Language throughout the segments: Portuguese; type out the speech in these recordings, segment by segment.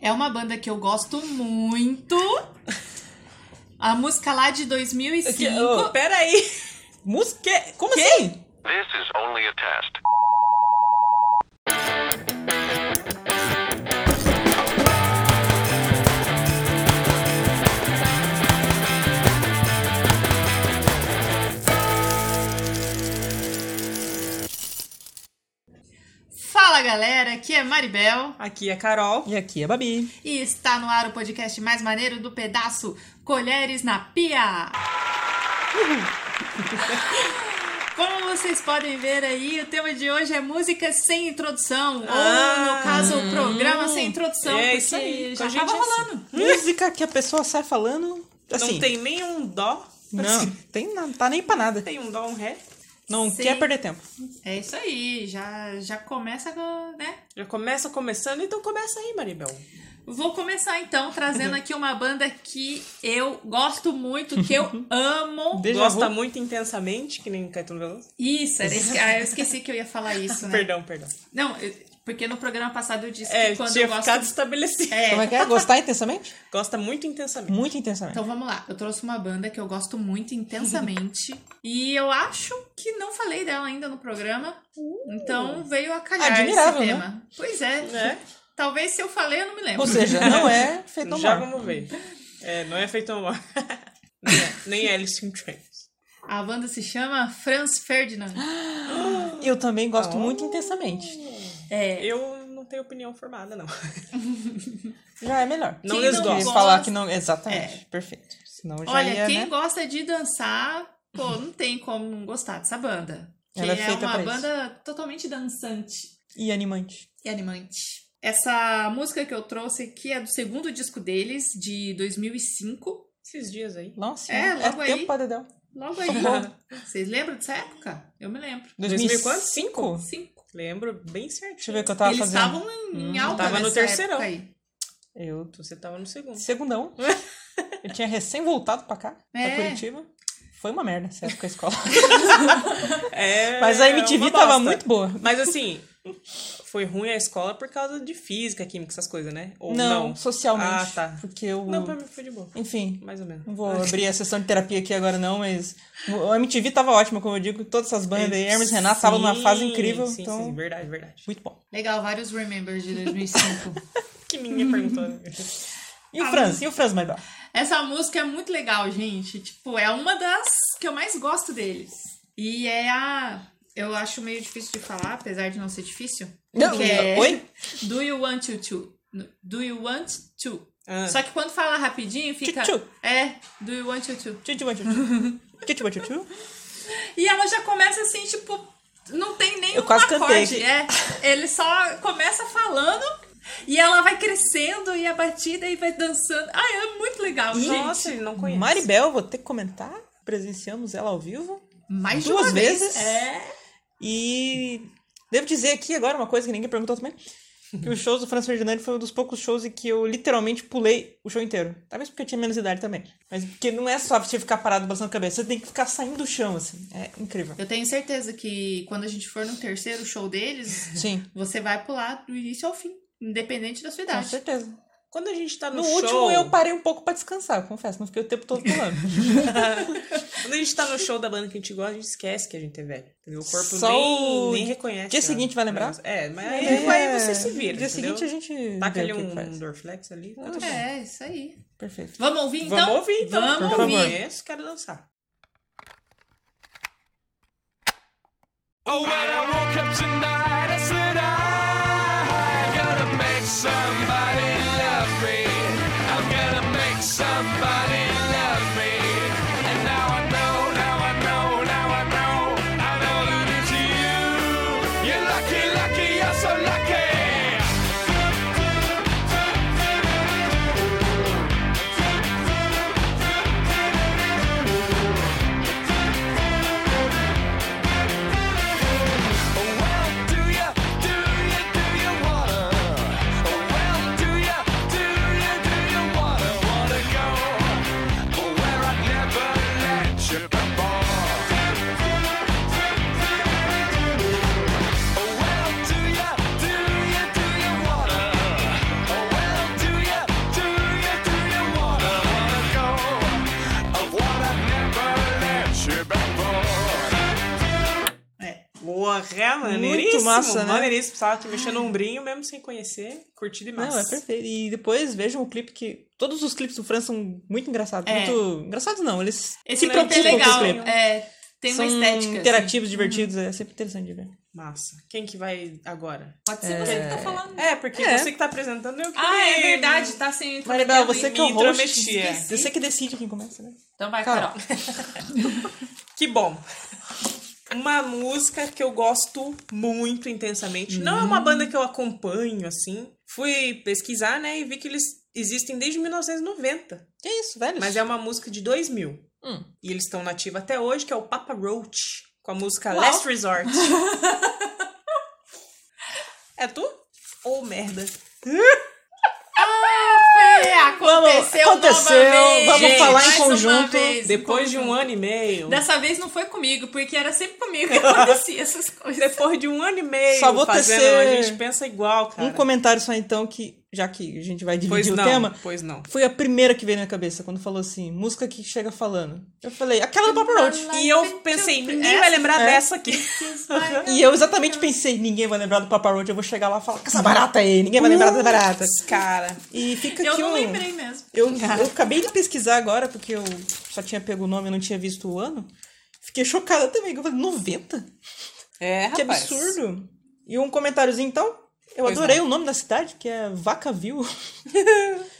É uma banda que eu gosto muito. A música lá de 2005. Que, oh, peraí. Música. que- Como Que? assim? This is only a test. Fala galera, aqui é Maribel Aqui é Carol. E aqui é Babi. e está no ar o podcast mais maneiro do pedaço Colheres na Pia. Como vocês podem ver aí, o tema de hoje é música sem introdução, ou Ah, no caso, o programa sem introdução, é porque isso aí, com já a gente tava é assim. rolando. Música que a pessoa sai falando. Assim, Não tem nenhum dó. Não, Assim, tem nada, tá nem pra nada. Tem um dó, um ré. Não Sim. quer perder tempo. É isso aí, já, já começa, com, né? Já começa começando, então começa aí, Maribel. Vou começar então trazendo aqui uma banda que eu gosto muito, que eu amo. Deja Gosta vu. muito intensamente, que nem Caetano Veloso. Isso, era esse- ah, eu esqueci que eu ia falar isso, né? Perdão, perdão. Não, eu- porque no programa passado eu disse É, que quando tinha eu gosto. ficado estabelecido. É. Como é que é? Gostar intensamente? Gosta muito intensamente. Muito intensamente. Então vamos lá, eu trouxe uma banda que eu gosto muito intensamente. e eu acho que não falei dela ainda no programa. Uh. Então veio a calhar Admirável, esse né? tema. Pois é. Né? Talvez se eu falei, eu não me lembro. Ou seja, não é feito Já amor. vamos ver. É, não é feito amor. Nem é- Nem é Alice in Chains. A banda se chama Franz Ferdinand. Eu também gosto Oh. muito intensamente. É. Eu não tenho opinião formada, não. Já é melhor. Não Quem não lhes Eles gosto. gosta- falar que não. Exatamente. Perfeito. Senão já Olha, ia, quem né? gosta de dançar, pô, não tem como não gostar dessa banda. Que Ela é é feita uma pra isso. banda totalmente dançante E animante. e animante. Essa música que eu trouxe aqui é do segundo disco deles, de 2005. Esses dias aí. Nossa, É, é, logo aí. tempo para dedéu. Logo aí. Vocês lembram dessa época? Eu me lembro. 2005? Cinco. Lembro bem Deixa eu certinho. ver o que eu tava Eles fazendo. estavam em, em Hum, alta tava no nessa terceirão. época aí. Eu, Você tava no segundo. segundão. eu tinha recém voltado pra cá, É. pra Curitiba. Foi uma merda essa época a escola. É, Mas a MTV uma tava bosta. muito boa. Mas assim, foi ruim a escola por causa de física, química, essas coisas, né? Ou Não, não? socialmente. Ah, tá. Porque eu. Não, pra mim foi de boa. Enfim, Mais ou menos. não vou abrir a sessão de terapia aqui agora, não, mas. O MTV tava ótimo, como eu digo, todas essas bandas aí. Hermes e Renato tava numa fase Sim, incrível. Sim, então, sim, verdade, verdade. muito bom. Legal, vários Remembers de 2005. Que ninguém perguntou. né? E o Franz? E o Franz Maibá? Essa música é muito legal, gente. Tipo, é uma das que eu mais gosto deles. E é a. Eu acho meio difícil de falar, apesar de não ser difícil. que é Oi? Do you want to, to? Do you want to? Ah, Só que quando fala rapidinho, fica. Tchu-tchu. É, do you want to, to? Tchu, tchu, tchu, tchu. Tchu, tchu, tchu, tchu. E ela já começa assim, tipo, não tem nem Eu quase cantei acorde. aqui. É, ele só começa falando e ela vai crescendo e a batida e vai dançando. Ah, é muito legal, gente. Nossa, ele não conhece. Maribel, vou ter que comentar. Presenciamos ela ao vivo. Mais de duas uma vez. vezes. É. E devo dizer aqui agora uma coisa que ninguém perguntou também. Que o show do Franz Ferdinand foi um dos poucos shows em que eu literalmente pulei o show inteiro. Talvez porque eu tinha menos idade também. Mas porque não é só você ficar parado balançando a cabeça, você tem que ficar saindo do chão, assim. É incrível. Eu tenho certeza que quando a gente for no terceiro show deles, Tá. Sim, você vai pular do início ao fim, independente da sua com idade. certeza. Quando a gente tá no, No show. último eu parei um pouco pra descansar, confesso. Não fiquei o tempo todo pulando. Quando a gente tá no show da banda que a gente gosta, a gente esquece que a gente é velho. Entendeu? O corpo Só nem, o nem reconhece. dia né? seguinte vai lembrar? É, mas aí, É, aí você se vira. No dia entendeu? seguinte a gente. Taca vê ali o que que faz. um Dorflex ali. Tá tudo bem. É, isso aí. Perfeito. Vamos ouvir então? Vamos ouvir, então. Vamos por ouvir. favor. Esse quero dançar. Oh, when I woke up tonight, I said I'm gonna make somebody love me. I'm gonna make somebody love me. And now I know, now I know, now I know, I know that it's you. You're lucky, lucky, you're so lucky. Well, do you, do you, do you wanna? Well, do É. maneiríssimo. massa, né? Maneiríssimo. Precisava te mexer no ombrinho mesmo sem conhecer. Curti demais. Não, é perfeito. E depois vejam o clipe que. Todos os clipes do Fran são muito engraçados. É. Muito. Engraçados não, eles. Esse se clipe é preocupam com legal. o clipe. É, tem uma são estética. assim. Interativos, divertidos, é sempre interessante de ver. Massa. Quem que vai agora? Pode ser você que tá falando. É, porque É. você que tá apresentando eu que Ah, é verdade, tá sem Maribel, intrometendo você em que é o mim. host. host. intrometia. Você que decide quem começa, né? Então vai, Carol. Carol. Que bom. Uma música que eu gosto muito intensamente. Não é Hum. uma banda que eu acompanho, assim. Fui pesquisar, né, e vi que eles existem desde 1990. Que isso, velho? Mas é uma música de 2000. Hum. E eles estão nativos até hoje, que é o Papa Roach. Com a música Uau. Last Resort. é tu? Ou merda. É, aconteceu, aconteceu, novamente. vamos Gente, falar em mais uma conjunto. vez, em Depois de um ano e meio. Dessa vez não foi comigo, porque era sempre comigo que acontecia essas coisas. Depois de um ano e meio Só vou fazendo, tecer a gente pensa igual, cara. Um comentário só então que, já que a gente vai pois dividir não, o tema, pois não. foi a primeira que veio na minha cabeça quando falou assim, música que chega falando. Eu falei, aquela do Papa Roach. E eu pensei, ninguém vai lembrar É. dessa aqui. E eu exatamente pensei, ninguém vai lembrar do Papa Roach, eu vou chegar lá e falar, "Que essa barata aí, ninguém vai lembrar dessa barata. Cara, E fica Eu aqui não um... lembrei mesmo. Eu, eu acabei de pesquisar agora, porque eu só tinha pego o nome e não tinha visto o ano. Fiquei chocada também, que eu falei, 90? é, Que rapaz. absurdo. E um comentáriozinho, então. Eu Pois adorei o nome da cidade, que é Vacaville.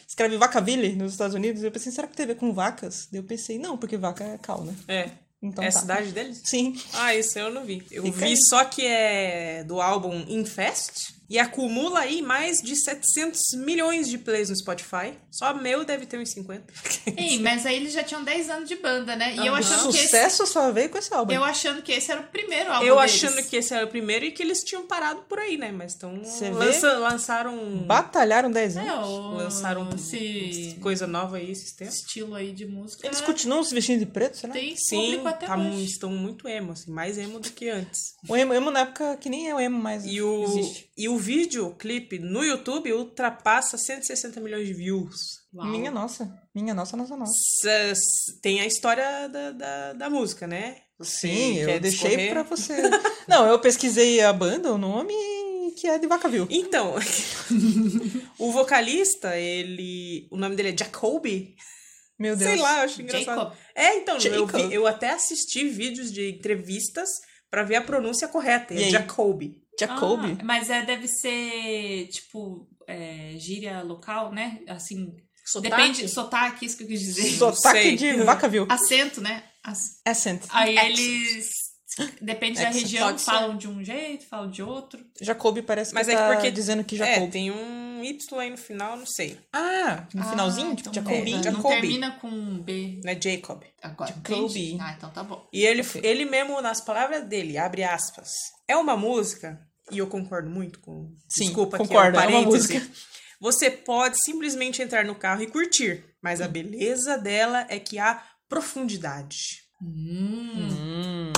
Escreve Vacaville nos Estados Unidos. Eu pensei, será que tem a ver com vacas? Daí eu pensei, não, porque vaca é cal, né? É. Então é a tá. cidade deles? Sim. Ah, isso eu não vi. Eu Fica vi aí. só que é do álbum Infest e acumula aí mais de 700 milhões de plays no Spotify. Só meu deve ter uns 50. Ei, mas aí eles já tinham 10 anos de banda, né? E eu Aham. O achando que esse, sucesso só veio com esse álbum. eu achando que esse era o primeiro álbum eu deles. achando que esse era o primeiro e que eles tinham parado por aí, né? Mas então Cê lança- lançaram um, Batalharam 10 anos. É, o... lançaram um esse coisa nova aí esses tempos. estilo aí de música. Eles continuam se vestindo de preto, será? Tem Sim, público até tá mu- hoje. estão muito emo, assim, mais emo do que antes. O emo, emo na época que nem é o emo mais E o, existe. e o videoclipe no YouTube ultrapassa 160 milhões de views. Uau. Minha nossa. Minha nossa, nossa, nossa. S- Tem a história da, da, da música, né? Você Sim, eu quer deixei discorrer? pra você. Não, eu pesquisei a banda, o nome, e que é de Vacaville. Então, o vocalista, ele. O nome dele é Jacoby? Meu Deus. Sei lá, eu acho engraçado. Jacob. É, então, eu, vi- Jacob. eu até assisti vídeos de entrevistas pra ver a pronúncia correta. E É aí? Jacoby. Jacoby. Ah, mas é, deve ser, tipo, é, gíria local, né? Assim, Sotaque? depende, sotaque, isso que eu quis dizer. Sotaque sei. de Vacaville. Acento, né? Ac- Accent. Aí eles, depende da Accent. região, Pode ser. falam de um jeito, falam de outro. Jacoby parece Mas que é que tá porque- dizendo que É, Jacob. tem um Y aí no final, não sei. Ah, no finalzinho, tipo então Jacoby. beleza. Não Jacobi. termina com um B Né, Jacob. agora, Jacobi. entende? Ah, então tá bom. E ele, ele mesmo, nas palavras dele, abre aspas. É uma música, e eu concordo muito com. Sim, desculpa concordo, é aqui, uma um parêntese. Você pode simplesmente entrar no carro e curtir, mas a beleza dela é que há profundidade. Hum, Hum.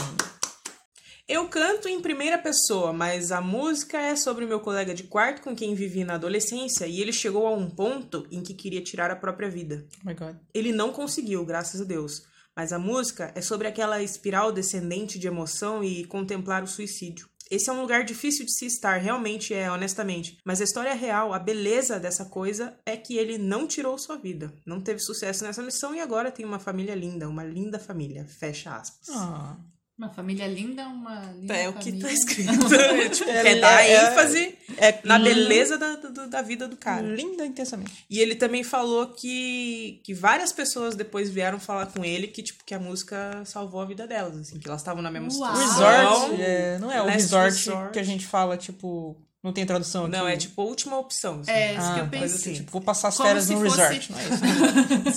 Eu canto em primeira pessoa, mas a música é sobre meu colega de quarto com quem vivi na adolescência e ele chegou a um ponto em que queria tirar a própria vida. Oh my god. Ele não conseguiu, graças a Deus. Mas a música é sobre aquela espiral descendente de emoção e contemplar o suicídio. Esse é um lugar difícil de se estar, realmente é, honestamente. Mas a história é real, a beleza dessa coisa é que ele não tirou sua vida. Não teve sucesso nessa missão e agora tem uma família linda, uma linda família. Fecha aspas. Ah. uma família linda, uma linda é o que tá família. escrito. É, tipo, É, quer dar é, é. ênfase É na beleza da, do- da vida do cara. Linda intensamente. E ele também falou que, que várias pessoas depois vieram falar com ele que, tipo, que a música salvou a vida delas, assim, que elas estavam na mesma Uau. situação. né? Resort, é, não é o Last resort, resort. que a gente fala, tipo, não tem tradução aqui. Não, é tipo a última opção. assim. É, isso ah, que eu coisa pensei. assim, tipo, vou passar as Como férias se no fosse- resort, não é isso?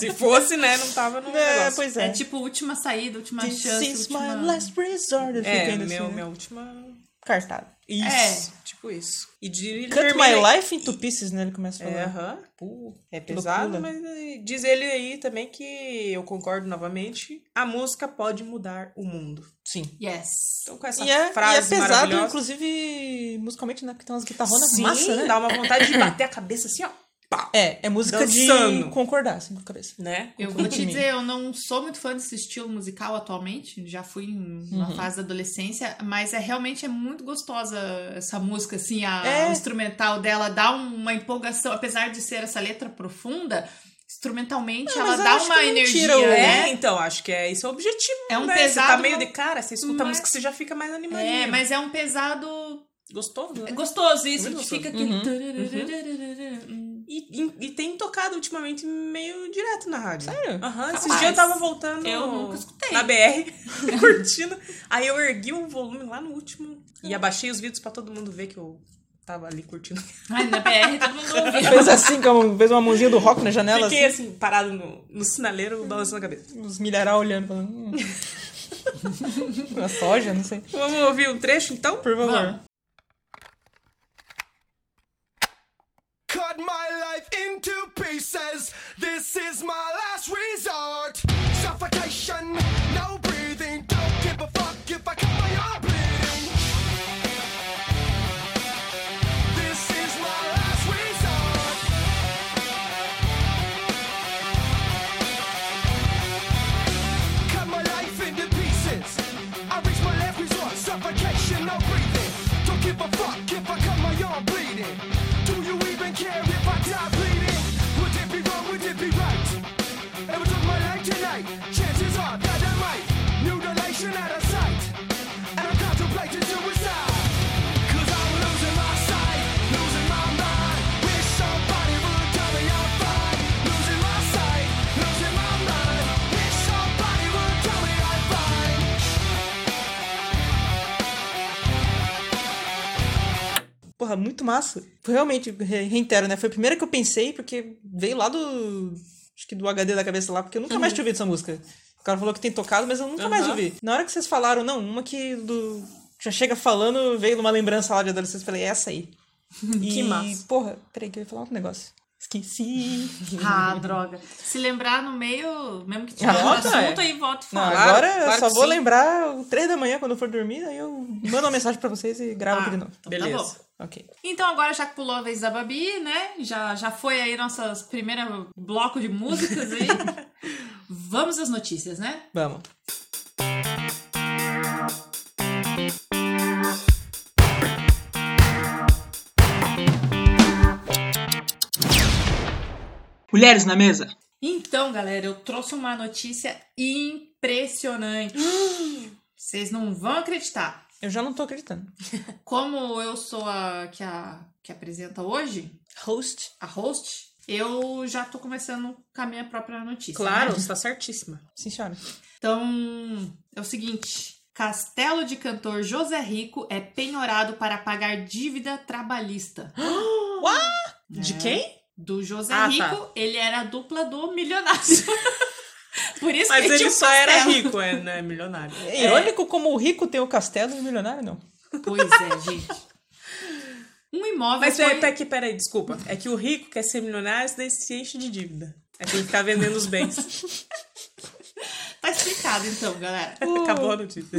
Se fosse, né, não tava no negócio. pois É tipo última saída, última This chance, is última... my last resort. eu É, fiquei meu, assim, né? minha última... Cartado. Isso, tipo isso. E de, ele Cut termina- my life into pieces, né? Ele começa a É, falar. aham. Pô, é pesado, loucura. mas eh, diz ele aí também que eu concordo novamente. A música pode mudar o mundo. Sim. Yes. Então, com essa E é, e é frase pesado, maravilhosa. inclusive, musicalmente, né? Porque tem umas guitarronas Sim, massa, né? dá uma vontade de bater a cabeça assim, ó. pá. É, é música Dançando. de concordar, assim, com a cabeça. Né? Eu vou te dizer, eu não sou muito fã desse estilo musical atualmente, já fui em uma fase da adolescência, mas é realmente é muito gostosa essa música, assim, a É. o instrumental dela dá uma empolgação, apesar de ser essa letra profunda, instrumentalmente Ah, ela mas eu dá acho uma que não energia, tira o- É, né? então, acho que é esse é o objetivo. É um né? pesado, Você tá meio mas- de cara, você escuta a mas- música, você já fica mais animado. É, mas é um pesado Gostoso, é né? gostoso isso, Muito que fica aquele... gostoso. Hum. E, e- e tem tocado ultimamente meio direto na rádio. Sério? Aham, esses Capaz. dias eu tava voltando Eu nunca escutei. na BR, curtindo. Aí eu ergui o volume lá no último Ah. e abaixei os vídeos pra todo mundo ver que eu tava ali curtindo. Ai, na BR todo mundo ouve. Fez assim, como fez uma mãozinha do rock na janela, Fiquei assim, assim, parado no, no sinaleiro, balançando a cabeça. os milharal olhando, falando. Hum. Uma soja, não sei. Vamos ouvir um trecho então? Por favor. Vamos. Cut my life into pieces. This is my last resort. Suffocation, no breathing. Don't give a fuck if I cover your bleeding. This is my last resort. Cut my life into pieces. I reach my last resort. Suffocation, no breathing. Don't give a fuck if I cut my arm bleeding. Do you even care if I die bleeding? Would it be wrong? Would it be right? It was on my life tonight. Chances are that I might. Mutilation out of sight. And I'm contemplating suicide. Cause I'm losing my sight. Losing my mind. Wish somebody would tell me I'm fine. Losing my sight. Losing my mind. Wish somebody would tell me I'm fine. Porra, muito massa. Foi realmente, re- reitero, né? Foi a primeira que eu pensei, porque veio lá do. Acho que do HD da cabeça lá, porque eu nunca mais tinha ouvido essa música. O cara falou que tem tocado, mas eu nunca mais Uhum. Aham. ouvi. Na hora que vocês falaram, não, uma que do. Já chega falando, veio numa lembrança lá de adolescência, eu falei, é essa aí. Que e, massa. Porra, peraí, que eu ia falar outro negócio. Esqueci. Ah, droga. Se lembrar no meio, mesmo que tiver Ah, outro tá, é. assunto, aí volta e Não, fala. Claro, agora eu claro só que vou sim. lembrar o 3 da manhã quando eu for dormir, aí eu mando uma mensagem pra vocês e gravo Ah, aqui de novo. então tá bom. Ok. Então agora já que pulou a vez da Babi, né? Já, já foi aí nossas primeiro bloco de músicas aí. Vamos às notícias, né? Vamos. Mulheres na mesa. Então, galera, eu trouxe uma notícia impressionante. Vocês não vão acreditar. Eu já não tô acreditando. Como eu sou a que, a que apresenta hoje, Host. a host, eu já tô começando com a minha própria notícia. Claro, né? você tá certíssima. Sim, senhora. Então, é o seguinte: castelo de cantor José Rico é penhorado para pagar dívida trabalhista. De quem? Do José Ah, tá. Rico, ele era a dupla do milionário. Por isso Mas que ele tinha um só era castelo. rico, é, né? Milionário. É irônico como o rico tem o castelo e o milionário não. Pois é, gente. Um imóvel. Mas é, tá foi... peraí, peraí, peraí, desculpa. É que o rico quer ser milionário, esse daí se enche de dívida. Aí tem que ficar vendendo os bens. Tá explicado então, galera. Acabou a notícia.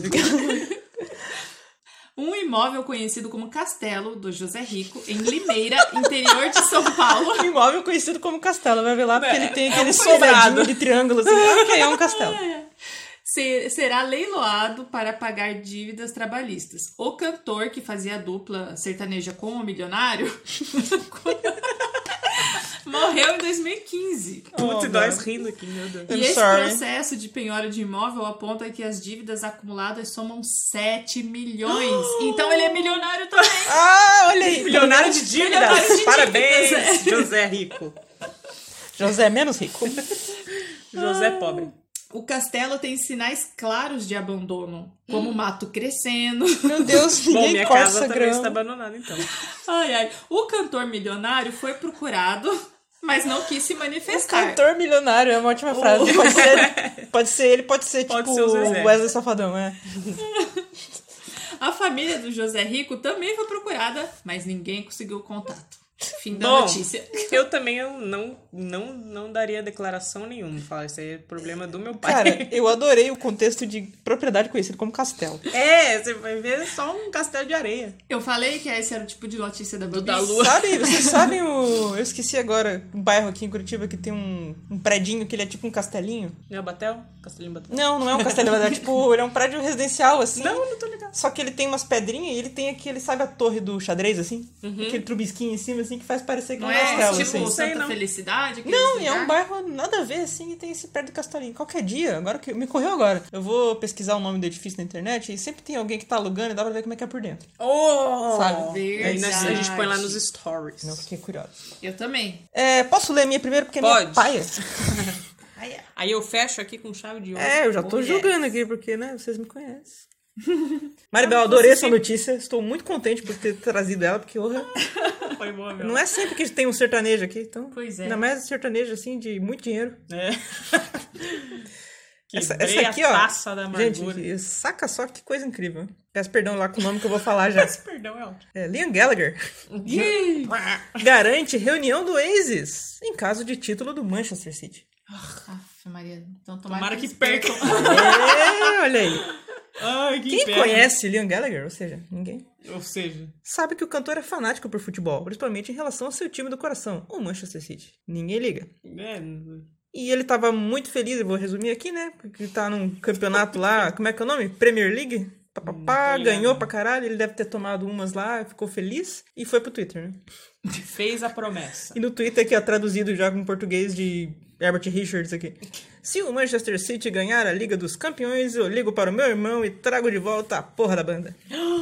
Um imóvel conhecido como Castelo do José Rico, em Limeira, interior de São Paulo. Um imóvel conhecido como castelo. Vai ver lá porque É, ele um tem aquele sobrado. sobradinho de triângulo assim. Ah, ok, é um castelo. Ser- será leiloado para pagar dívidas trabalhistas. O cantor que fazia a dupla sertaneja com o milionário morreu em 2015. Putz, Oh, nós mano. rindo aqui, meu Deus. E I'm esse sorry. processo de penhora de imóvel aponta que as dívidas acumuladas somam 7 milhões. Então ele é milionário também. Ah, olha aí. Milionário de dívidas! Milionário de dívidas, Parabéns, José Rico. José é menos rico. José Pobre. O castelo tem sinais claros de abandono, como o mato crescendo. Meu Deus, Bom, ninguém minha corta casa essa também está grama. abandonada, então. Ai, ai. O cantor milionário foi procurado, mas não quis se manifestar. Cantor milionário é uma ótima frase. Pode ser, pode ser ele, pode ser Oh. Pode tipo ser o Zezé. o Wesley Safadão, é. A família do José Rico também foi procurada, mas ninguém conseguiu contato. Fim da Bom. notícia. Eu também eu não, não, não daria declaração nenhuma. Falar, isso aí é problema do meu pai. Cara, eu adorei o contexto de propriedade conhecida como castelo. É, você vai ver só um castelo de areia. Eu falei que esse era o tipo de notícia da Babi. da Lua. Sabe, vocês sabem o. Eu esqueci agora um bairro aqui em Curitiba que tem um, um predinho que ele é tipo um castelinho. Não é Batel? Castelinho Batel? Não, não é um castelo, mas é tipo. Ele é um prédio residencial, assim. Não, não tô ligado. Só que ele tem umas pedrinhas e ele tem aquele, sabe a torre do xadrez, assim? Aquele trubisquinho em cima, assim, que faz parecer que é Uhum. Não um é castelo, tipo assim. sei, Santa não. Felicidade? aqueles Não, e é um lugar? bairro nada a ver, assim, e tem esse prédio do Castelinho. Qualquer dia, agora que me correu agora, eu vou pesquisar o nome do edifício na internet e sempre tem alguém que tá alugando e dá pra ver como é que é por dentro. Oh! Sabe? E Aí nós- a gente põe lá nos stories. Não fiquei curioso. Eu também. É, posso ler a minha primeiro porque é minha Pode. paia? Aí eu fecho aqui com chave de ouro. É, eu já tô Oh, yeah. julgando aqui, porque, né, vocês me conhecem. Maribel, adorei essa notícia. Estou muito contente por ter trazido ela, porque, orra, Foi boa, meu. não é sempre que tem um sertanejo aqui, então. Pois é. Ainda mais sertanejo, assim, de muito dinheiro. É. Essa, Quebrei essa aqui, ó. a taça da amargura. gente, saca só que coisa incrível. Peço perdão lá com o nome que eu vou falar já. Perdão, é ótimo. É, Liam Gallagher garante reunião do Aces em caso de título do Manchester City. Aff, Maria. Então tomara, Tomara que eles percam. É, olha aí. Ai, que Quem inferno. conhece Liam Gallagher, ou seja, ninguém, Ou seja, sabe que o cantor é fanático por futebol, principalmente em relação ao seu time do coração, o Manchester City. Ninguém liga. né? E ele tava muito feliz, eu vou resumir aqui, né? Porque tá num campeonato lá, como é que é o nome? Premier League? Papapá, Hum, tô ganhou ligado. pra caralho, ele deve ter tomado umas lá, ficou feliz e foi pro Twitter, né? Fez a promessa. E no Twitter que é traduzido já com português de Herbert Richards aqui. Se o Manchester City ganhar a Liga dos Campeões, eu ligo para o meu irmão e trago de volta a porra da banda.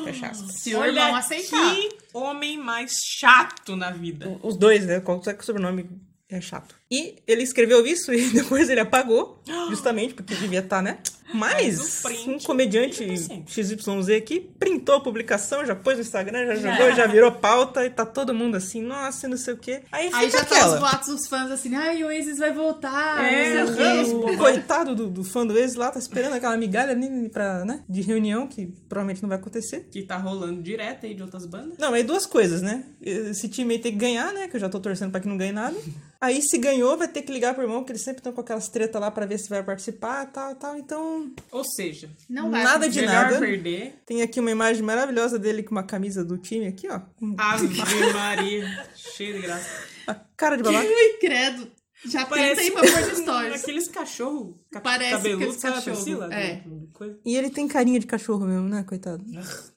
Fecha aspas. Se o irmão aceitar. que homem mais chato na vida. Os dois, né? Qual é que o sobrenome é chato. E ele escreveu isso e depois ele apagou, justamente porque devia estar, né? Mas Faz um print, um comediante fica pra sempre. XYZ aqui printou a publicação, já pôs no Instagram, já jogou, já virou pauta e tá todo mundo assim, nossa, não sei o quê. Aí fica Aí já tá aquela. os boatos dos fãs assim, ai, o Oasis vai voltar. É, não sei o quê. vamos, O coitado do, do fã do ex lá tá esperando aquela migalha ali pra, né, de reunião, que provavelmente não vai acontecer. Que tá rolando direto aí de outras bandas. Não, aí duas coisas, né? Esse time aí tem que ganhar, né? Que eu já tô torcendo pra que não ganhe nada. Aí se ganhou, vai ter que ligar pro irmão, porque eles sempre estão com aquelas treta lá pra ver se vai participar tal, tal. Então, Ou seja, Não vai. Nada de melhor nada. perder. tem aqui uma imagem maravilhosa dele com uma camisa do time aqui, ó. com Ave Maria. cheio de graça. uma cara de babaca. Ui, credo. Já tenta aí pra pôr de stories. Aqueles cachorros Parece cabeludos, aqueles sabe a cachorro, Priscila? é. Do- do coisa. E ele tem carinha de cachorro mesmo, né? Coitado.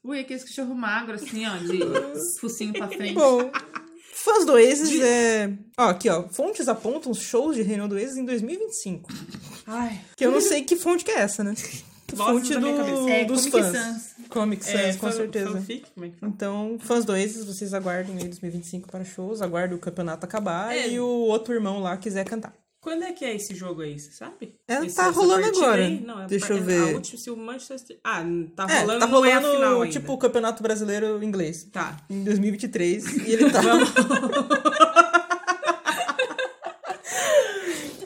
Ui, aquele cachorro magro, assim, ó, de focinho pra frente. Bom, fãs do Exes é... Ó, aqui, ó. Fontes apontam os shows de reunião do Exes em 2025. Ai, Que eu não sei que fonte que é essa, né? fonte da do, minha cabeça. É, dos Comic fãs. Sans. Comic Sans, com fan- certeza. É, fanfic, como é que fala? Então, fãs do Exes, vocês aguardem aí 2025 para shows, aguardem o campeonato acabar É. e o outro irmão lá quiser cantar. Quando é que é esse jogo aí, você sabe? É, Esse- tá essa rolando partida agora. aí? Não, é Deixa par- eu é ver. A última, se o Manchester... Ah, tá é, rolando, tá não é a rolando final ainda. tipo o campeonato brasileiro inglês. Tá. Em 2023. E ele tá.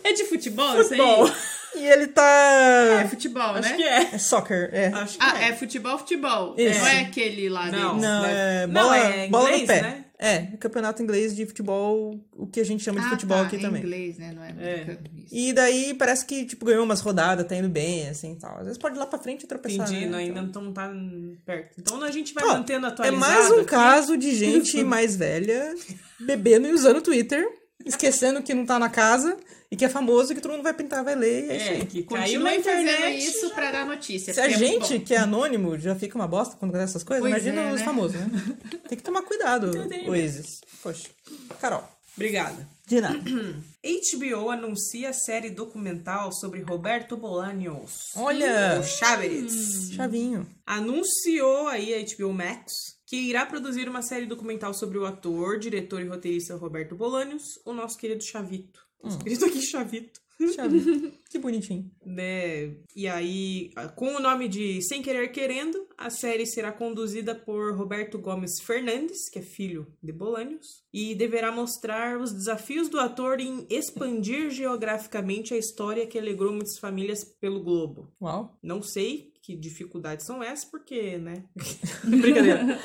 É de futebol, Futebol. isso e ele tá. aí? É futebol, Acho né? que é. É soccer, é. Acho que Ah, é. é futebol, futebol. Isso. Não é aquele lá Não. deles. Não, né? é Não, bola, é bola inglês, no pé. né? É, campeonato inglês de futebol, o que a gente chama de Ah, futebol tá, aqui é também. inglês, né? Não é americano. isso. E daí parece que, tipo, ganhou umas rodadas, tá indo bem, assim e tal. Às vezes pode ir lá pra frente e tropeçar. Entendi, né? não, ainda Então- não tão- tá perto. Então a gente vai Ó, mantendo É atualizado. mais um aqui. caso de gente mais velha bebendo e usando o Twitter, esquecendo que não tá na casa e que é famoso e que todo mundo vai pintar, vai ler. E é isso É, aí. que caiu na Continuem fazendo internet. isso pra dar notícia. Se a porque é muito gente, bom. que é anônimo, já fica uma bosta quando acontece essas coisas, Pois imagina é, os né? famosos, né? Tem que tomar cuidado, Entendeu? Oasis. Poxa. Carol, Obrigada. de nada. HBO anuncia série documental sobre Roberto Bolaños. Olha, O Chávez. chavinho. Anunciou aí a HBO Max que irá produzir uma série documental sobre o ator, diretor e roteirista Roberto Bolaños, o nosso querido Chavito. Escrito aqui Chavito. Chavinho. Que bonitinho. né? E aí, com o nome de Sem Querer Querendo, a série será conduzida por Roberto Gomes Fernandes, que é filho de Bolaños, e deverá mostrar os desafios do ator em expandir geograficamente a história que alegrou muitas famílias pelo globo. Uau. Não sei que dificuldades são essas, porque, né? Brincadeira.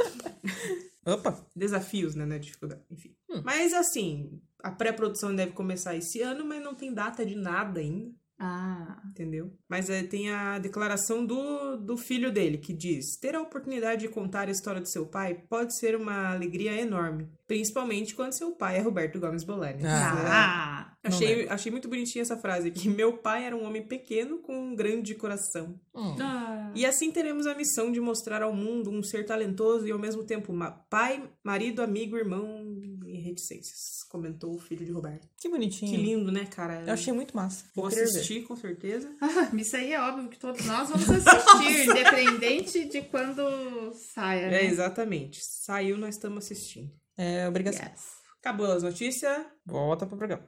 Opa. Desafios, né? Não é dificuldade. Enfim. Mas assim, a pré-produção deve começar esse ano, mas não tem data de nada ainda. Ah. Entendeu? Mas é, tem a declaração do, do filho dele, que diz: Ter a oportunidade de contar a história do seu pai pode ser uma alegria enorme, principalmente quando seu pai é Roberto Gomes Bolani. é Ah. Não achei, achei muito bonitinha essa frase aqui. Meu pai era um homem pequeno com um grande coração. Hum. Ah. E assim teremos a missão de mostrar ao mundo um ser talentoso e ao mesmo tempo ma- pai, marido, amigo, irmão e reticências, comentou o filho de Roberto. Que bonitinho. Que lindo, né, cara? Eu achei muito massa. Vou querer ver. assistir, com certeza. Isso aí é óbvio que todos nós vamos assistir, independente de quando saia. É, né? exatamente. Saiu, nós estamos assistindo. É obrigação. Yes. Acabou as notícias. Volta pro programa.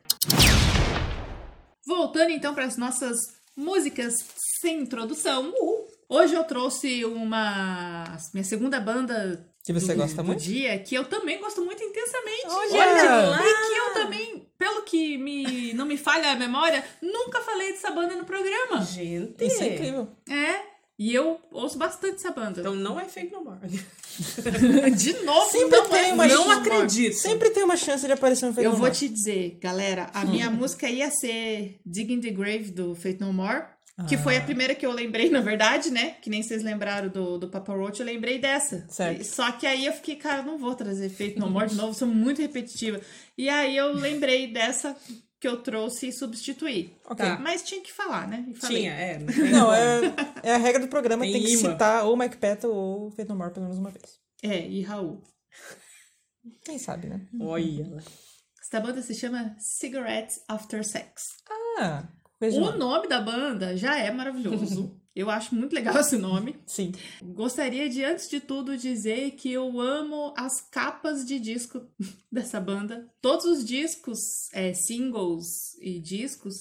Voltando então para as nossas músicas sem introdução. Hoje eu trouxe uma. Minha segunda banda Que você do, gosta do muito? dia, que eu também gosto muito intensamente. Olha lá! E que eu também, pelo que me não me falha a memória, nunca falei dessa banda no programa. Gente, Isso é incrível. É. E eu ouço bastante essa banda. Então não é fake no more. de novo, Sempre não tem é uma Fake chance. No More. Sempre tem uma Hum. chance de aparecer um Eu fenômeno. vou te dizer, galera, a minha música ia ser Digging the Grave do Faith No More, Ah. que foi a primeira que eu lembrei, na verdade, né? Que nem vocês lembraram do, do Papa Roach, eu lembrei dessa. Certo. E- Só que aí eu fiquei, cara, não vou trazer Faith No More de novo, sou muito repetitiva. E aí eu lembrei dessa que eu trouxe e substituí. Ok. Tá. Mas tinha que falar, né? E falei. Tinha, é. Não, é, é a regra do programa, tem, Tem que imã. citar ou Mike Patton ou Faith No More pelo menos uma vez. É, e Raul. Quem sabe, né? Olha. Essa banda se chama Cigarettes After Sex. Ah, coisa de O mano. nome da banda já é maravilhoso. Eu acho muito legal esse nome. Sim. Gostaria de, antes de tudo, dizer que eu amo as capas de disco dessa banda. Todos os discos, é, singles e discos,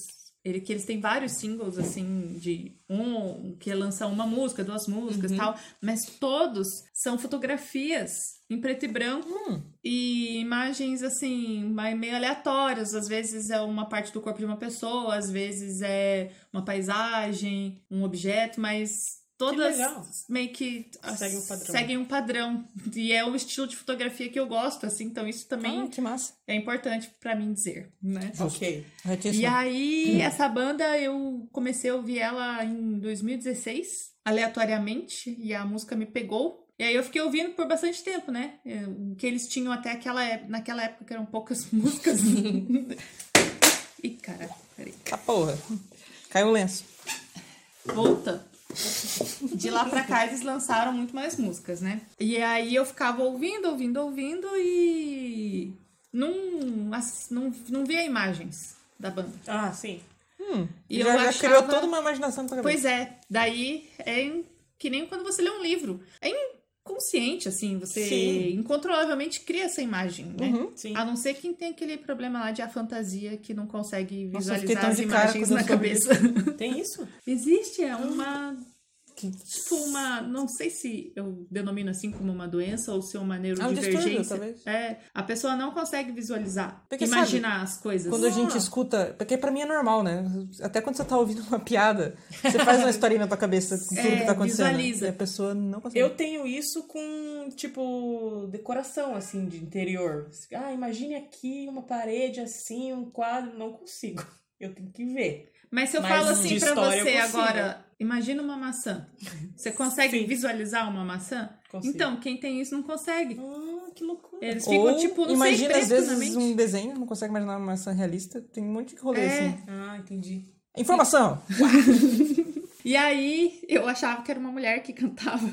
ele, que eles têm vários singles, assim, de um que lança uma música, duas músicas e tal, mas todos são fotografias em preto e branco Hum. e imagens assim, mai- meio aleatórias. Às vezes é uma parte do corpo de uma pessoa, às vezes é uma paisagem, um objeto, mas todas legal. meio que as- Segue um padrão. seguem um padrão. E é o estilo de fotografia que eu gosto, assim, então isso também Ah, que massa. é importante pra mim dizer, né? Ok. Retíssimo. E aí, essa banda eu comecei a ouvir ela em 2016, aleatoriamente, e a música me pegou. E aí eu fiquei ouvindo por bastante tempo, né? É, o Que eles tinham até aquela ép- naquela época que eram poucas músicas. Ih, cara, peraí. Tá porra. Caiu um lenço. Volta. De lá pra cá eles lançaram muito mais músicas, né? E aí eu ficava ouvindo, ouvindo, ouvindo e não, ass- não, não via imagens da banda. Ah, sim. Hum. E já, eu já achava- criou toda uma imaginação pra Pois é, daí é em- que nem quando você lê um livro. É inconsciente, assim, você Sim. incontrolavelmente cria essa imagem, né? Uhum. Sim. A não ser quem tem aquele problema lá de a fantasia que não consegue Nossa, visualizar eu fiquei tão as de cara imagens quando eu na soube cabeça. Tem isso? Existe, é uma. Que- Tipo, uma. Não sei se eu denomino assim como uma doença ou se é uma Ah, um distúrbio, neurodivergência. talvez. é, a pessoa não consegue visualizar, Porque, sabe, imaginar as coisas. Quando a gente escuta, porque pra mim é normal, né? Até quando você tá ouvindo uma piada, você faz uma historinha na tua cabeça com tudo É, que tá acontecendo. visualiza. E a pessoa não consegue. Eu tenho isso com, tipo, decoração, assim, de interior. Ah, imagine aqui uma parede assim, um quadro. Não consigo. Eu tenho que ver. Mas se eu Mas falo de assim pra história eu você consigo. agora, imagina uma maçã. Você consegue Sim. visualizar uma maçã? Consigo. Então, quem tem isso não consegue. Ah, que loucura. Eles ficam, Ou, tipo, não sei, imagina preto às na mente. vezes um desenho, não consegue imaginar uma maçã realista. Tem um monte de rolê É. assim. Ah, entendi. Informação! E aí, eu achava que era uma mulher que cantava.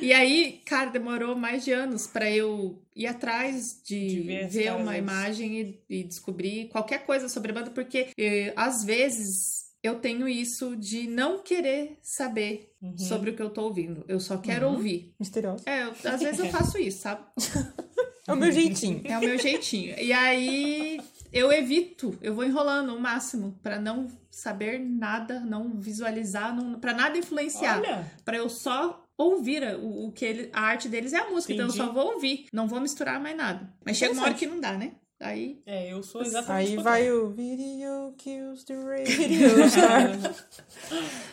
E aí, cara, demorou mais de anos pra eu ir atrás de, De ver ver, as caras uma deles. imagem e, e descobrir qualquer coisa sobre a banda, porque eh, às vezes eu tenho isso de não querer saber Uhum. sobre o que eu tô ouvindo. Eu só quero ouvir. Misteriosa. É, eu- às vezes eu faço isso, sabe? É o meu jeitinho. É o meu jeitinho. E aí eu evito, eu vou enrolando o máximo pra não saber nada, não visualizar, não, para nada influenciar, Olha, Pra eu só ouvir a- o, o que ele- a arte deles é a música, então eu Entendi. só vou ouvir, não vou misturar mais nada. Mas chega uma hora Interessante. que não dá, né? Aí, É, eu sou exatamente. Aí Tipo, o é. vai o Video Kills the Radio Star.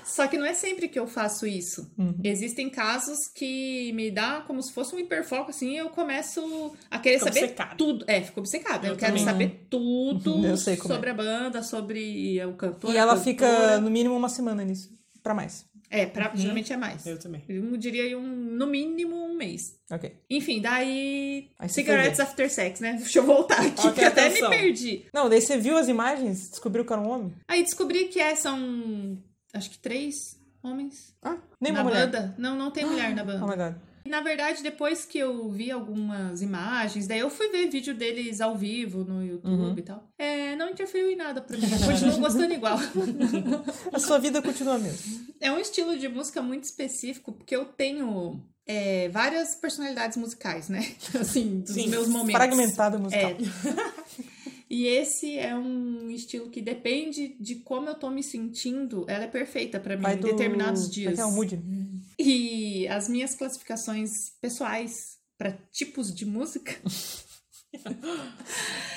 só que não é sempre que eu faço isso. Uhum. Existem casos que me dá como se fosse um hiperfoco, assim, e eu começo a querer Fica saber obcecado. tudo. É, fico obcecada. Eu, Eu quero também. saber tudo Eu sei como é. sobre a banda, sobre o cantor. E a ela cantora. fica Uhum. no mínimo uma semana nisso. Pra mais. É, pra- geralmente é mais. Eu também. Eu diria um, no mínimo um mês. Ok. Enfim, daí. Aí se Cigarettes After Sex, né? Deixa eu voltar aqui, Ok, porque até me atenção. perdi. Não, daí você viu as imagens, descobriu que era um homem. Aí descobri que é, são. Acho que três homens. Ah, nem na uma mulher. banda? Não, não tem mulher na Oh banda. my god. Na verdade, depois que eu vi algumas imagens, daí eu fui ver vídeo deles ao vivo no YouTube Uhum. e tal. É, não interferiu em nada pra mim. Eu Continuo gostando igual. A sua vida continua a mesma. É um estilo de música muito específico, porque eu tenho é, várias personalidades musicais, né? Assim, dos Sim, meus momentos. Fragmentada musical. É. e esse é um estilo que depende de como eu tô me sentindo, ela é perfeita pra mim Vai em do... determinados Vai dias. ter um mood. E as minhas classificações pessoais para tipos de música.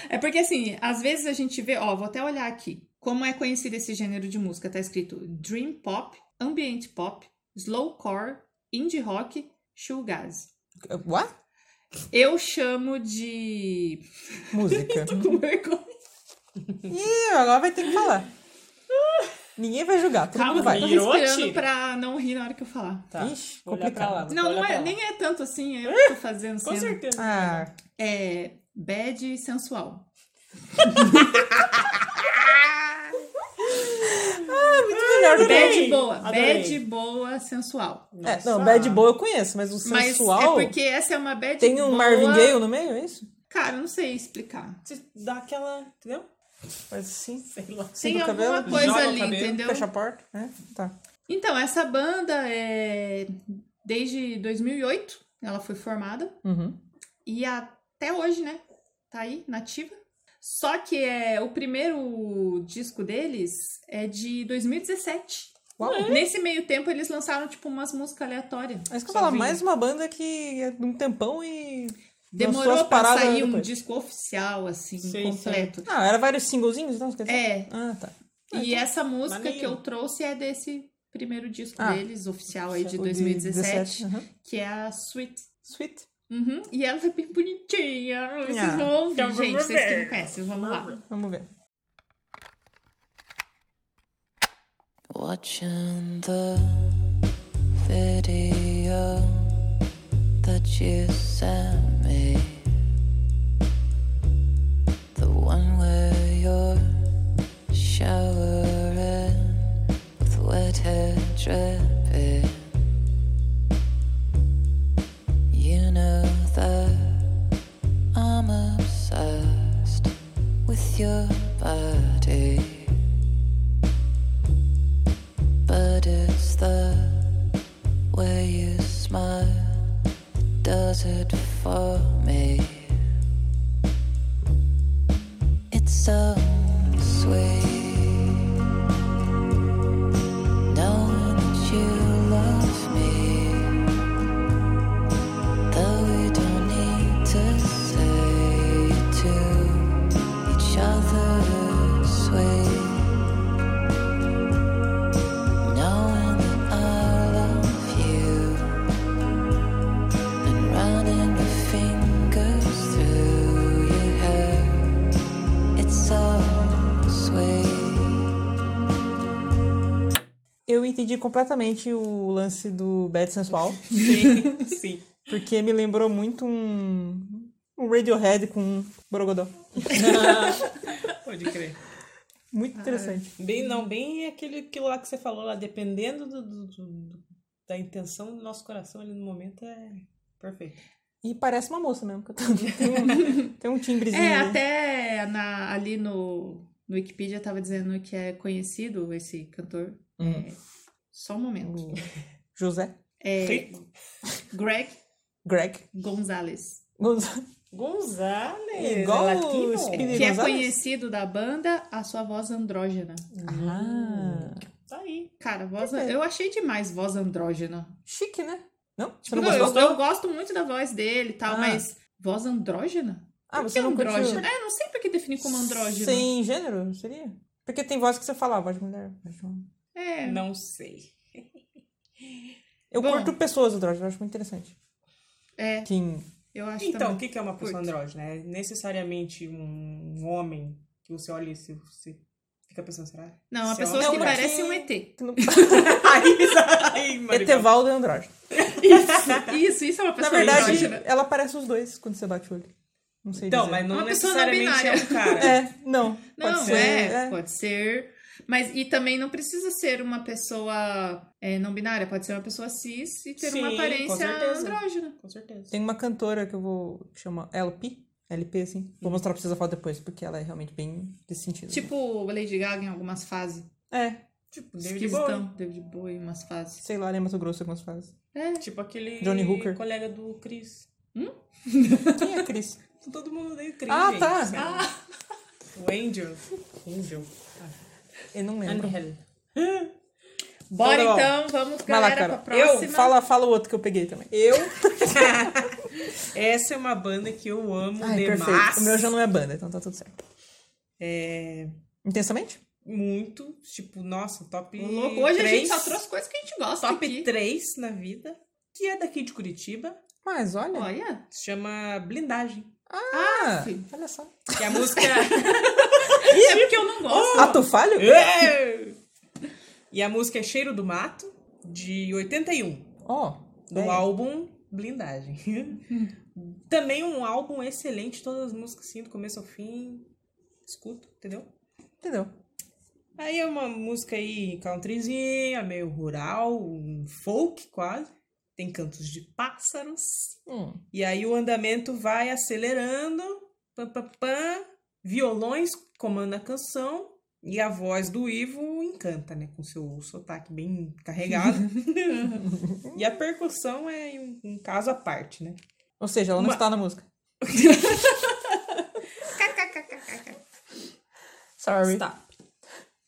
é porque assim, às vezes a gente vê, ó, vou até olhar aqui. Como é conhecido esse gênero de música? Tá escrito Dream Pop, Ambient Pop, Slowcore, Indie Rock, Shoegaze. What? Eu chamo de. Música. Tô com vergonha. Ih, agora vai ter que falar. Ninguém vai julgar, todo Calma, mundo vai. Ih, Tô respirando Tirou-te? pra não rir na hora que eu falar. Tá. Ixi, Vou olhar pra complicado. lá. vou Não, não olhar pra é, lá. nem é tanto assim, é eu que tô fazendo Com cena. certeza. Ah, É bad e sensual. melhor do que Bad Adorei, boa, adorei. bad boa sensual. é, Nossa. Não, bad boy eu conheço, mas o sensual. Mas é porque essa é uma bad Tem um boa... Marvin Gaye no meio, é isso? Cara, eu não sei explicar. Você dá aquela. Entendeu? Faz assim, Sei lá. Tem assim com o alguma cabelo, coisa joga o ali, cabelo, entendeu? fecha a porta. né? Tá. Então, essa banda é desde 2008, ela foi formada Uhum. e até hoje, né? Tá aí, nativa. Só que é o primeiro disco deles é de 2017. Uau. Nesse meio tempo eles lançaram tipo umas músicas aleatórias. Mas que eu Só falar, vinho. mais uma banda que é de um tempão e. lançou Demorou as pra paradas né, sair um depois. disco oficial assim, Sei, sei. completo. Ah, era vários singlezinhos, então? Quer dizer? É, Ah, tá. E essa música maneiro. que eu trouxe é desse primeiro disco Ah. deles, oficial aí é de O 2017, uhum. que é a Sweet. Sweet. Uhum, E ela é bem bonitinha. Vocês Ah. vão ouvir, Então gente. vamos Vocês que ver. não conhecem, vamos lá. Vamos ver. Watching the video that you sent me, the one where you're showering with wet hair dripping. You know that I'm obsessed with your body. But it's the way you smile that does it for me. It's so sweet. Knowing that you love me. Though we don't need to say to each other sweet. Knowing that I love you and running the fingers through your hair, it's so sweet. Eu entendi completamente o lance do Bad Sensual, Sim, sim. porque me lembrou muito um, um Radiohead com um Borogodó. Pode crer. Ah, Muito interessante. Bem, não, bem é aquele, aquilo lá que você falou lá, dependendo do, do- do- da intenção do nosso coração ali no momento, é perfeito. E parece uma moça mesmo. que eu tô- Tem um, tem um timbrezinho. É, ali. até na- ali no, no Wikipedia tava dizendo que é conhecido esse cantor. É, Hum. Só um momento. O José. É Greg Greg. Gonzalez. Gonza- Gonzalez! Igual ela o aqui, não. Speedy- Que é Gonzalez? conhecido da banda a sua voz andrógena. Ah. Tá aí. Cara, voz, Perfeito. eu achei demais voz andrógena. Chique, né? Não? Você Não, não gostou? eu, eu gosto muito da voz dele e tal, Ah. mas voz andrógena? Ah, Por você que não curtiu... andrógeno? É, não sei por que definir como andrógeno. Sem gênero, seria? Porque tem voz que você fala, ah, voz de mulher. voz de homem. É. Não sei. Eu Bom. curto pessoas andrógenas, eu acho muito interessante. É, Sim. eu acho Então, o também. que que é uma pessoa Curto. andrógena? É necessariamente um homem que você olha e você, você fica pensando, será? Não, a Sei lá. pessoa Não, que porque- parece um ET. Ai, Maribel. Etevaldo é andrógeno. Isso, isso, isso é uma Na pessoa verdade, andrógena. ela parece os dois quando você bate o olho. Não sei Então, dizer. mas não Uma pessoa não necessariamente é um cara. É, não. Não, pode ser, é, é. pode ser. Mas e também não precisa ser uma pessoa é, não binária, pode ser uma pessoa cis e ter Sim, uma com aparência certeza. andrógena. Com certeza. Tem uma cantora que eu vou... Que chama LP. LP, assim. Vou mostrar pra vocês a foto depois, porque ela é realmente bem desse sentido. Tipo Lady Gaga em algumas fases. É. Tipo, David Bowie. Esquisitão, Um David Bowie em umas fases. Sei lá, nem Mato Grosso algumas frases. É, Tipo aquele Johnny Hooker. colega do Chris. Quem é Cris? Todo mundo odeia o Chris, Ah, gente. tá. Sei lá. O Angel. Angel. Eu não lembro. Angel. bora Então, então, vamos Vai lá, galera cara. pra próxima. Eu, fala, fala o outro que eu peguei também. Eu. Essa é uma banda que eu amo Ai, demais. perfeito. O meu já não é banda, então tá tudo certo. É, Intensamente? Muito. Tipo, nossa, top. Ô, louco, hoje a gente três. só tá trouxe coisas que a gente gosta Top aqui. 3 na vida. Que é daqui de Curitiba. Mas olha. Olha, Se chama Blindagem. Ah, filho. olha só. Que a música. é porque eu não gosto. Ah, tu falho? É! e a música é Cheiro do Mato, de 81. Ó. é, do bem. álbum Blindagem. Também um álbum excelente, todas as músicas assim, do começo ao fim. Escuto, entendeu? Entendeu? Aí é uma música aí countryzinha, meio rural, um folk quase. Tem cantos de pássaros. Hum. E aí o andamento vai acelerando. Pam, pam, pam. Violões comanda a canção. E a voz do Ivo encanta, né? Com seu sotaque bem carregado. e a percussão é um, um caso à parte, né? Ou seja, ela não Uma- está na música. Sorry. Tá.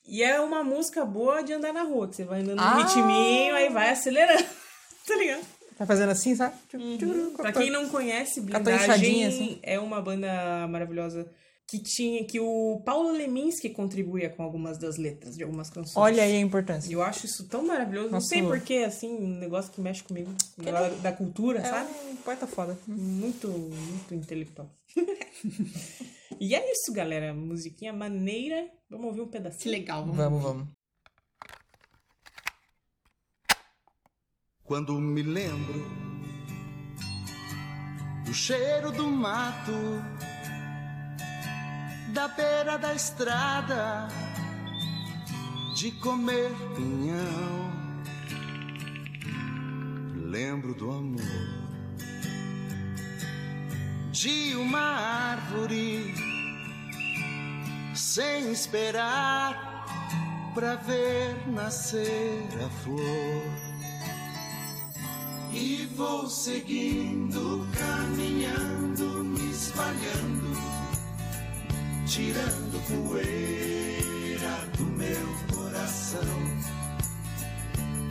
E é uma música boa de andar na rua, que você vai andando no Ah! ritminho, aí vai acelerando. Tá ligado? Tá fazendo assim, sabe? Tchuru, Uhum. Pra quem não conhece, a tua Blindagem enxadinha, assim. é uma banda maravilhosa que tinha que o Paulo Leminski contribuía com algumas das letras de algumas canções. Olha aí a importância. Eu acho isso tão maravilhoso. Não Nossa. sei porquê, assim, um negócio que mexe comigo. Um negócio da cultura, É sabe? um poeta foda. Muito, muito intelectual. e é isso, galera. Musiquinha maneira. Vamos ouvir um Que pedacinho. legal. Vamos. Vamos, vamos. quando me lembro do cheiro do mato, da beira da estrada, de comer pinhão. Lembro do amor de uma árvore sem esperar pra ver nascer a flor e vou seguindo, caminhando, me espalhando, tirando poeira do meu coração.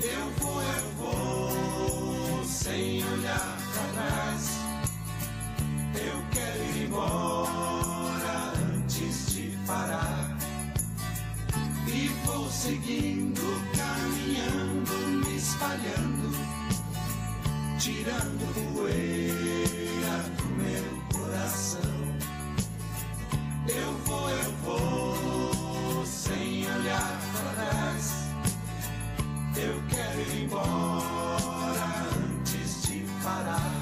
Eu vou, eu vou, sem olhar pra trás. Eu quero ir embora antes de parar. E vou seguindo, caminhando, me espalhando tirando poeira do meu coração. Eu vou, eu vou, sem olhar para trás. Eu quero ir embora antes de parar.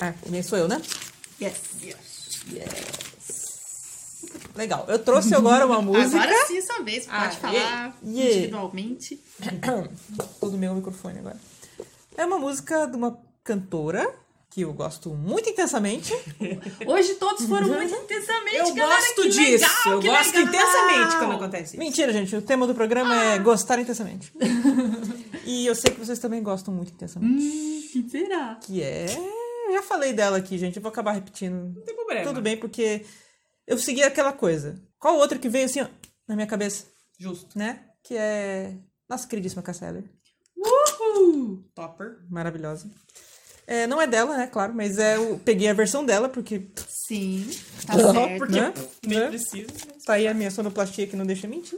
Ah, e aí sou eu, né? Yes. Legal. Eu trouxe agora uma música. Agora sim, sua vez. Pode Ah, falar e- e- individualmente. Todo meu microfone agora. É uma música de uma cantora que eu gosto muito intensamente. Hoje todos foram muito intensamente, Eu galera. gosto que disso. legal, eu que gosto legal. intensamente quando acontece isso. Mentira, gente. O tema do programa Ah! é gostar intensamente. e eu sei que vocês também gostam muito intensamente. Hum, que será? Que é. Eu já falei dela aqui, gente. Eu vou acabar repetindo. Não tem problema. Tudo bem, porque eu segui aquela coisa. Qual outra que veio assim, ó, na minha cabeça, Justo. né? Que é. Nossa queridíssima Casseller. Uhul! Topper. Maravilhosa. É, não é dela, né? Claro, mas é, eu peguei a versão dela, porque Sim, tá Não, certo. porque- Né? Nem Né? precisa. né? tá aí a minha sonoplastia que não deixa mentir.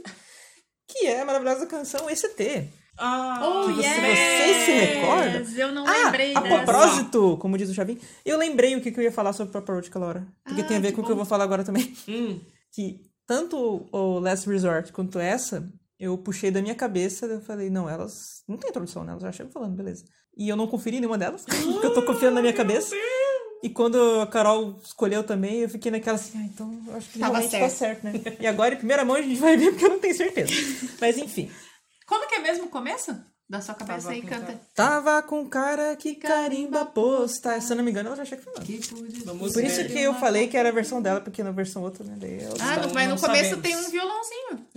Que é a maravilhosa canção ECT. Ah, Oh, Que você- yes! vocês se recordam? Eu não ah, lembrei a dessa. propósito, como diz o Chavin, eu lembrei o que, que eu ia falar sobre Paparote Laura. Porque Ah, tem a ver que com o que bom. eu vou falar agora também. hum, Que tanto o Last Resort quanto essa, eu puxei da minha cabeça eu falei, não, elas não tem tradução, né? Elas já chegam falando, beleza. E eu não conferi nenhuma delas, porque eu tô confiando na minha cabeça. E quando a Carol escolheu também, eu fiquei naquela assim, ah, então eu acho que Tava realmente tá certo, né? E agora, em primeira mão, a gente vai ver porque eu não tenho certeza. Mas enfim. Como que é mesmo o começo? Da sua cabeça Tava aí, com canta. Tava com cara que carimba posta. Se eu não me engano, ela já chega falando. Que pude- Vamos Por ver. isso que eu falei que era a versão dela, porque na versão outra, né? Daí eu... Ah, Então, mas no não começo sabemos. tem um violãozinho.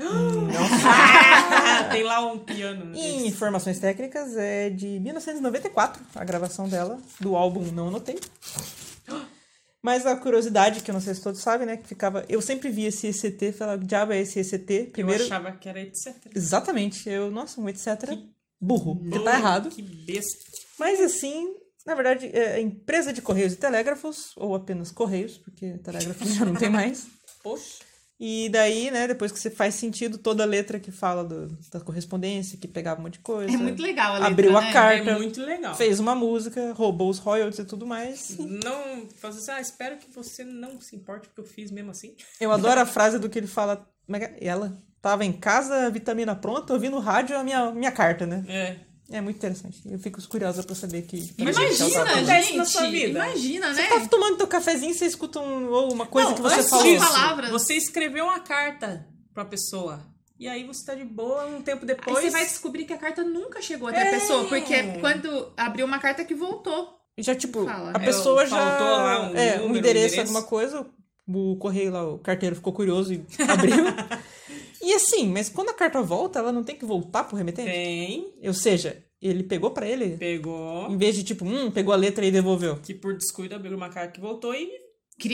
Ah, tem lá um piano. né? Em informações técnicas, é de 1994, a gravação dela, do álbum Não Anotei. Mas a curiosidade, que eu não sei se todos sabem, né? Que ficava. Eu sempre vi esse ECT, falava, que diabo é esse ECT? Eu Primeiro. achava que era etc. Exatamente. Eu, nossa, um etc. Burro. Porque tá errado. Oh, Que besta. Mas assim, na verdade, é a empresa de Correios e Telégrafos, ou apenas Correios, porque Telégrafos já não tem mais. Poxa. E daí, né, depois que você faz sentido toda a letra que fala do- da correspondência, que pegava um monte de coisa. É muito legal a letra, Abriu a né? cara. É Carta. muito legal. Fez uma música, roubou os royalties e tudo mais. Não, fazer assim, ah, espero que você não se importe porque eu fiz mesmo assim. Eu adoro a frase do que ele fala. Como é que é? Ela tava em casa, a vitamina pronta, ouvi no rádio a minha, minha carta, né? É. É muito interessante. Eu fico curiosa pra saber que. pra gente que Imagina, ela tava- acontece gente. na sua vida. Imagina, né? Você tá tava tomando teu cafezinho, você escuta um, ou uma coisa Não, que você antes falou. disso, palavras. Você escreveu uma carta pra pessoa. E aí você tá de boa um tempo Aí depois. você vai descobrir que a carta nunca chegou até a pessoa, porque é quando abriu uma carta que voltou. Já, tipo, Fala, a né? pessoa É, já. faltou lá um é, número, um um endereço, endereço. alguma coisa. O correio lá, o carteiro ficou curioso e abriu. e assim, mas quando a carta volta, ela não tem que voltar pro remetente? Tem, Ou seja, ele pegou pra ele, pegou. em vez de tipo, hum, pegou a letra e devolveu. Que por descuido abriu uma carta que voltou e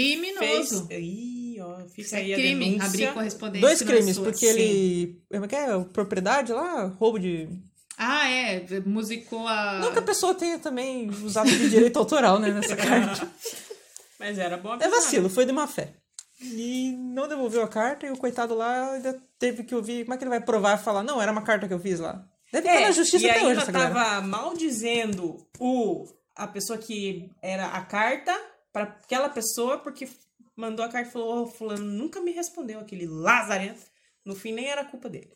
Criminoso. fez. Ih, ó, fica É aí a crime, denúncia. abrir correspondência. Dois que não é crimes, sua. porque Sim. ele. Como é que é? Propriedade lá, roubo de. Ah, é. Musicou a. Não que a pessoa tenha também usado de direito autoral, né, nessa carta. Mas era bom É avisar. vacilo, foi de má fé. E não devolveu a carta e o coitado lá ainda teve que ouvir. Como é que ele vai provar e falar, não, era uma carta que eu fiz lá? Deve estar É, Tá na justiça e até hoje ainda essa galera. tava maldizendo o, a pessoa que era a carta pra aquela pessoa, porque mandou a carta e falou, ô, fulano, nunca me respondeu aquele lazarento. No fim, nem era culpa dele.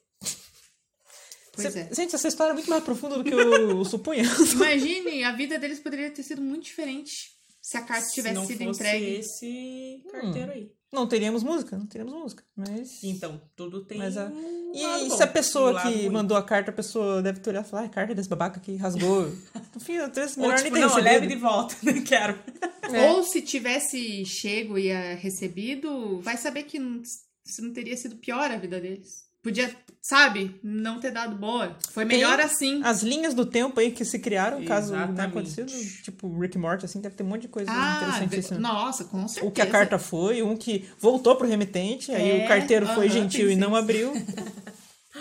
Pois Cê- é. Gente, essa história é muito mais profunda do que eu supunha. Imagine, a vida deles poderia ter sido muito diferente se a carta Se tivesse não sido fosse entregue. esse carteiro Hum. aí. Não teríamos música, não teríamos música. Mas. Então, tudo tem Mas a- um E lado se bom, a um pessoa lado que ruim. mandou a carta, a pessoa deve ter olhado e falar, ah, carta desse babaca que rasgou. Enfim, eu tenho esse Ou, melhor tipo, nem ter não, leve de recebido. volta, não quero. É. Ou se tivesse chego e ah, recebido, vai saber que não, se não teria sido pior a vida deles. Podia, sabe, não ter dado boa. Foi Tem- Ah, melhor assim. As linhas do tempo aí que se criaram, caso não tenha Exatamente. acontecido, tipo Rick e Morty, assim, deve ter um monte de coisa Ah, interessantíssima. nossa, com certeza. O que a carta foi, um que voltou pro remetente, aí É, o carteiro foi aham, gentil tem e não isso. abriu.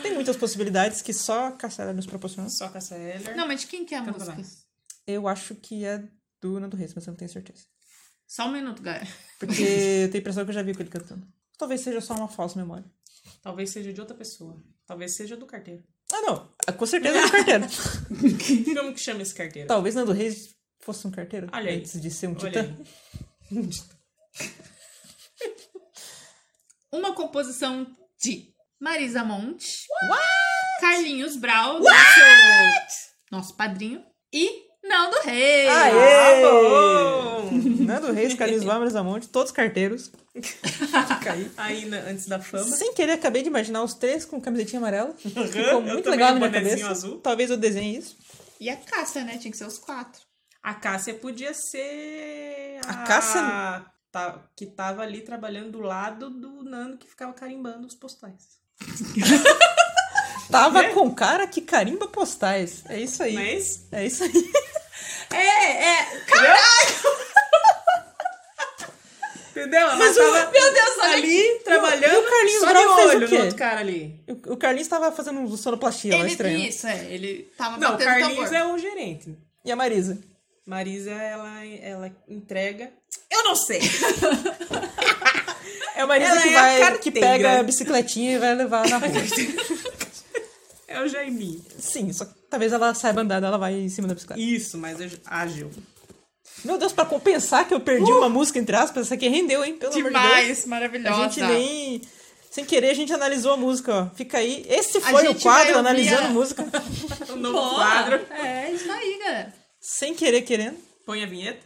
Tem muitas possibilidades que só a Cassara nos proporciona. Só com essa Heller. Não, mas de quem que é a Canta música? mais. Eu acho que é do Nando Reis, mas eu não tenho certeza. Só um minuto, galera. Porque eu tenho a impressão que eu já vi com ele cantando. Talvez seja só uma falsa memória. Talvez seja de outra pessoa. Talvez seja do carteiro. Ah, não. Com certeza é do carteiro. Como que chama esse carteiro? Talvez Nando Reis fosse um carteiro Olha aí. antes de ser um Olha titã. aí. Uma composição de Marisa Monte, Carlinhos Brau, nosso- nosso padrinho, e Nando Reis. Aê! Ah, bom! Nando Reis, Carlinhos Vamras Amonte, todos carteiros. Fica aí. Aí, na- antes da fama. Sem querer, acabei de imaginar os três com camisetinha amarela. Ficou muito legal na minha cabeça. Azul. Talvez eu desenhe isso. E a Cássia, né? Tinha que ser os quatro. A Cássia podia ser. A Cássia? tá- que tava ali trabalhando do lado do Nando que ficava carimbando os postais. Tava Né? com cara que carimba postais. É isso aí. Não é isso? É isso aí. Entendeu? Ela Mas o- tava meu Deus, olha ali trabalhando. E o Carlinhos só Brown de fez o olho quê? no outro cara ali. O- O Carlinhos tava fazendo um sonoplastia lá ele estranho. Tá Isso, é. Ele tava um Não, o batendo Carlinhos tambor. é o gerente. E a Marisa? Marisa, ela, ela entrega. Eu não sei! É o marido Ela que é a vai, que carteira. pega a bicicletinha e vai levar na rua. É o Jaiminho. Sim, só que talvez ela saiba andar, ela vai em cima da bicicleta. Isso, mas eu- ágil. Meu Deus, pra compensar que eu perdi uma música, entre aspas, essa aqui rendeu, hein? Pelo amor de Deus. Uh! Demais, maravilhosa. A gente nem... Sem querer, a gente analisou a música, ó. Fica aí. Esse A foi o gente vai quadro, ouvir analisando a- música. É O novo quadro. É, isso aí, galera. Sem querer, querendo. Põe a vinheta.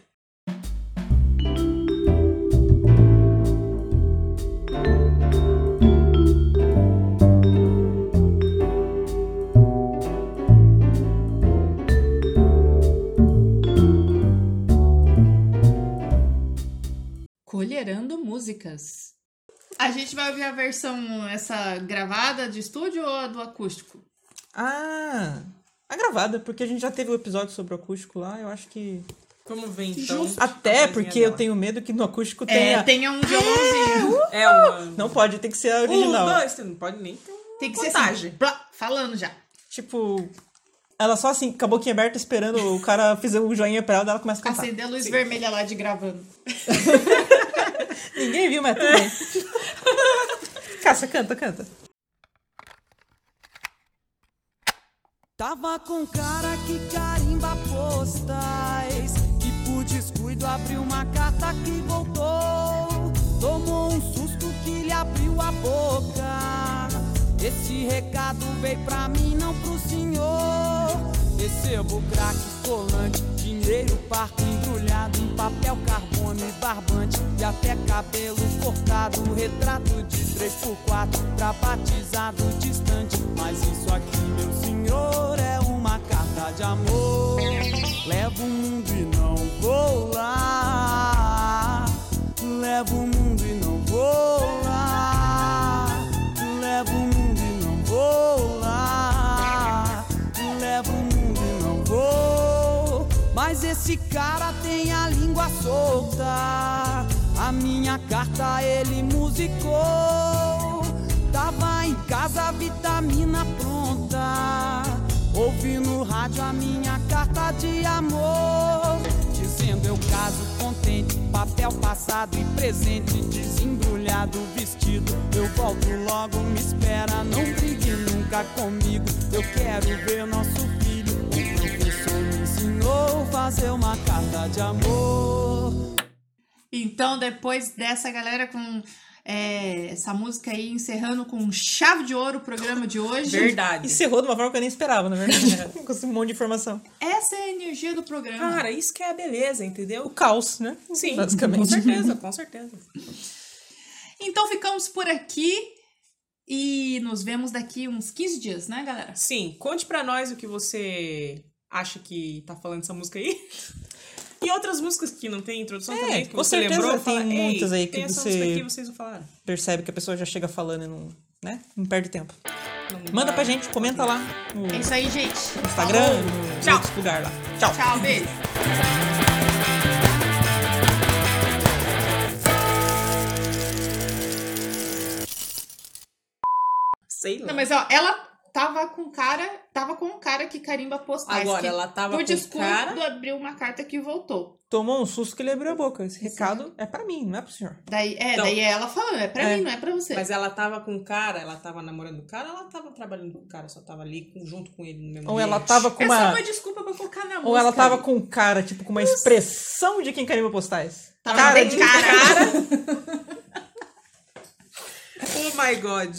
Colherando músicas. A gente vai ouvir a versão, essa gravada de estúdio ou a do acústico? Ah, a gravada, porque a gente já teve o episódio sobre o acústico lá, eu acho que... Como vem, então? Justo. Até Vozinha porque dela. eu tenho medo que no acústico tá É, tenha... uh! tenha um violãozinho. É uma... Não pode, tem que ser a Um, original. dois, você não pode nem ter É, um- Tem que ser Contagem. assim, blá, falando já. Tipo, ela só assim, com a boquinha aberta, esperando o cara fazer um joinha pra ela, daí ela começa a cantar. Acender a luz vermelha lá de gravando. Ninguém viu, mas tudo bem. Caça, canta, canta. Tava com cara que carimba postais Que por descuido abriu uma carta que voltou Tomou um susto que lhe abriu a boca Esse recado veio pra mim, não pro senhor Recebo craque, colante, dinheiro, parque embrulhado Em papel, carbono e barbante E até cabelo cortado Retrato de 3x4 pra batizado distante Mas isso aqui, meu senhor, é uma carta de amor Levo o mundo e não vou lá Levo o mundo e não vou lá Levo o mundo e não vou lá Levo o mundo e não vou Mas esse cara tem a língua solta A minha carta ele musicou Tava em casa, vitamina pronta Ouvi no rádio a minha carta de amor Dizendo eu caso contente Papel passado e presente Desembrulhado o vestido Eu volto logo, me espera Não brigue nunca comigo Eu quero ver nosso filho O professor me ensinou Fazer uma carta de amor Então, depois dessa galera com é, essa música aí, encerrando com chave de ouro o programa de hoje. Verdade. Encerrou de uma forma que eu nem esperava, na verdade. né? Com esse monte de informação. Essa é a energia do programa. Cara, isso que é a beleza, entendeu? um O caos, né? Sim, Basicamente. com certeza, com certeza. Então ficamos por aqui e nos vemos daqui uns 15 dias, né, galera? Sim, conte pra nós o que você acha que tá falando dessa música aí. E outras músicas que não tem introdução também, que É, com você certeza lembrou. tem fala, "Ei, muitas aí que tem essa você- música aqui, vocês não falaram. Percebe que a pessoa já chega falando e não, né? não perde tempo. Manda pra gente, comenta lá no É isso aí, gente. Instagram, Falou. no Tchau. outros tá lugar lá. Tchau. Tchau, beijo. Sei lá. Não, mas ó, ela tava com cara, tava com um cara que carimba postais. Agora, que ela tava por com descuido cara... abriu uma carta que voltou. Tomou um susto que ele abriu a boca. Esse recado é pra mim, não é pro senhor. Daí, é, Então- daí é ela falando, é pra É. mim, não é pra você. Mas ela tava com cara, ela tava namorando o cara, ela tava trabalhando com o cara, só tava ali com- junto com ele no mesmo Ou ambiente. ela tava com É só uma. uma desculpa pra colocar na música. Ou ela tava com um cara, tipo, com uma expressão de quem carimba postais. Tava cara bem de cara. Oh my god.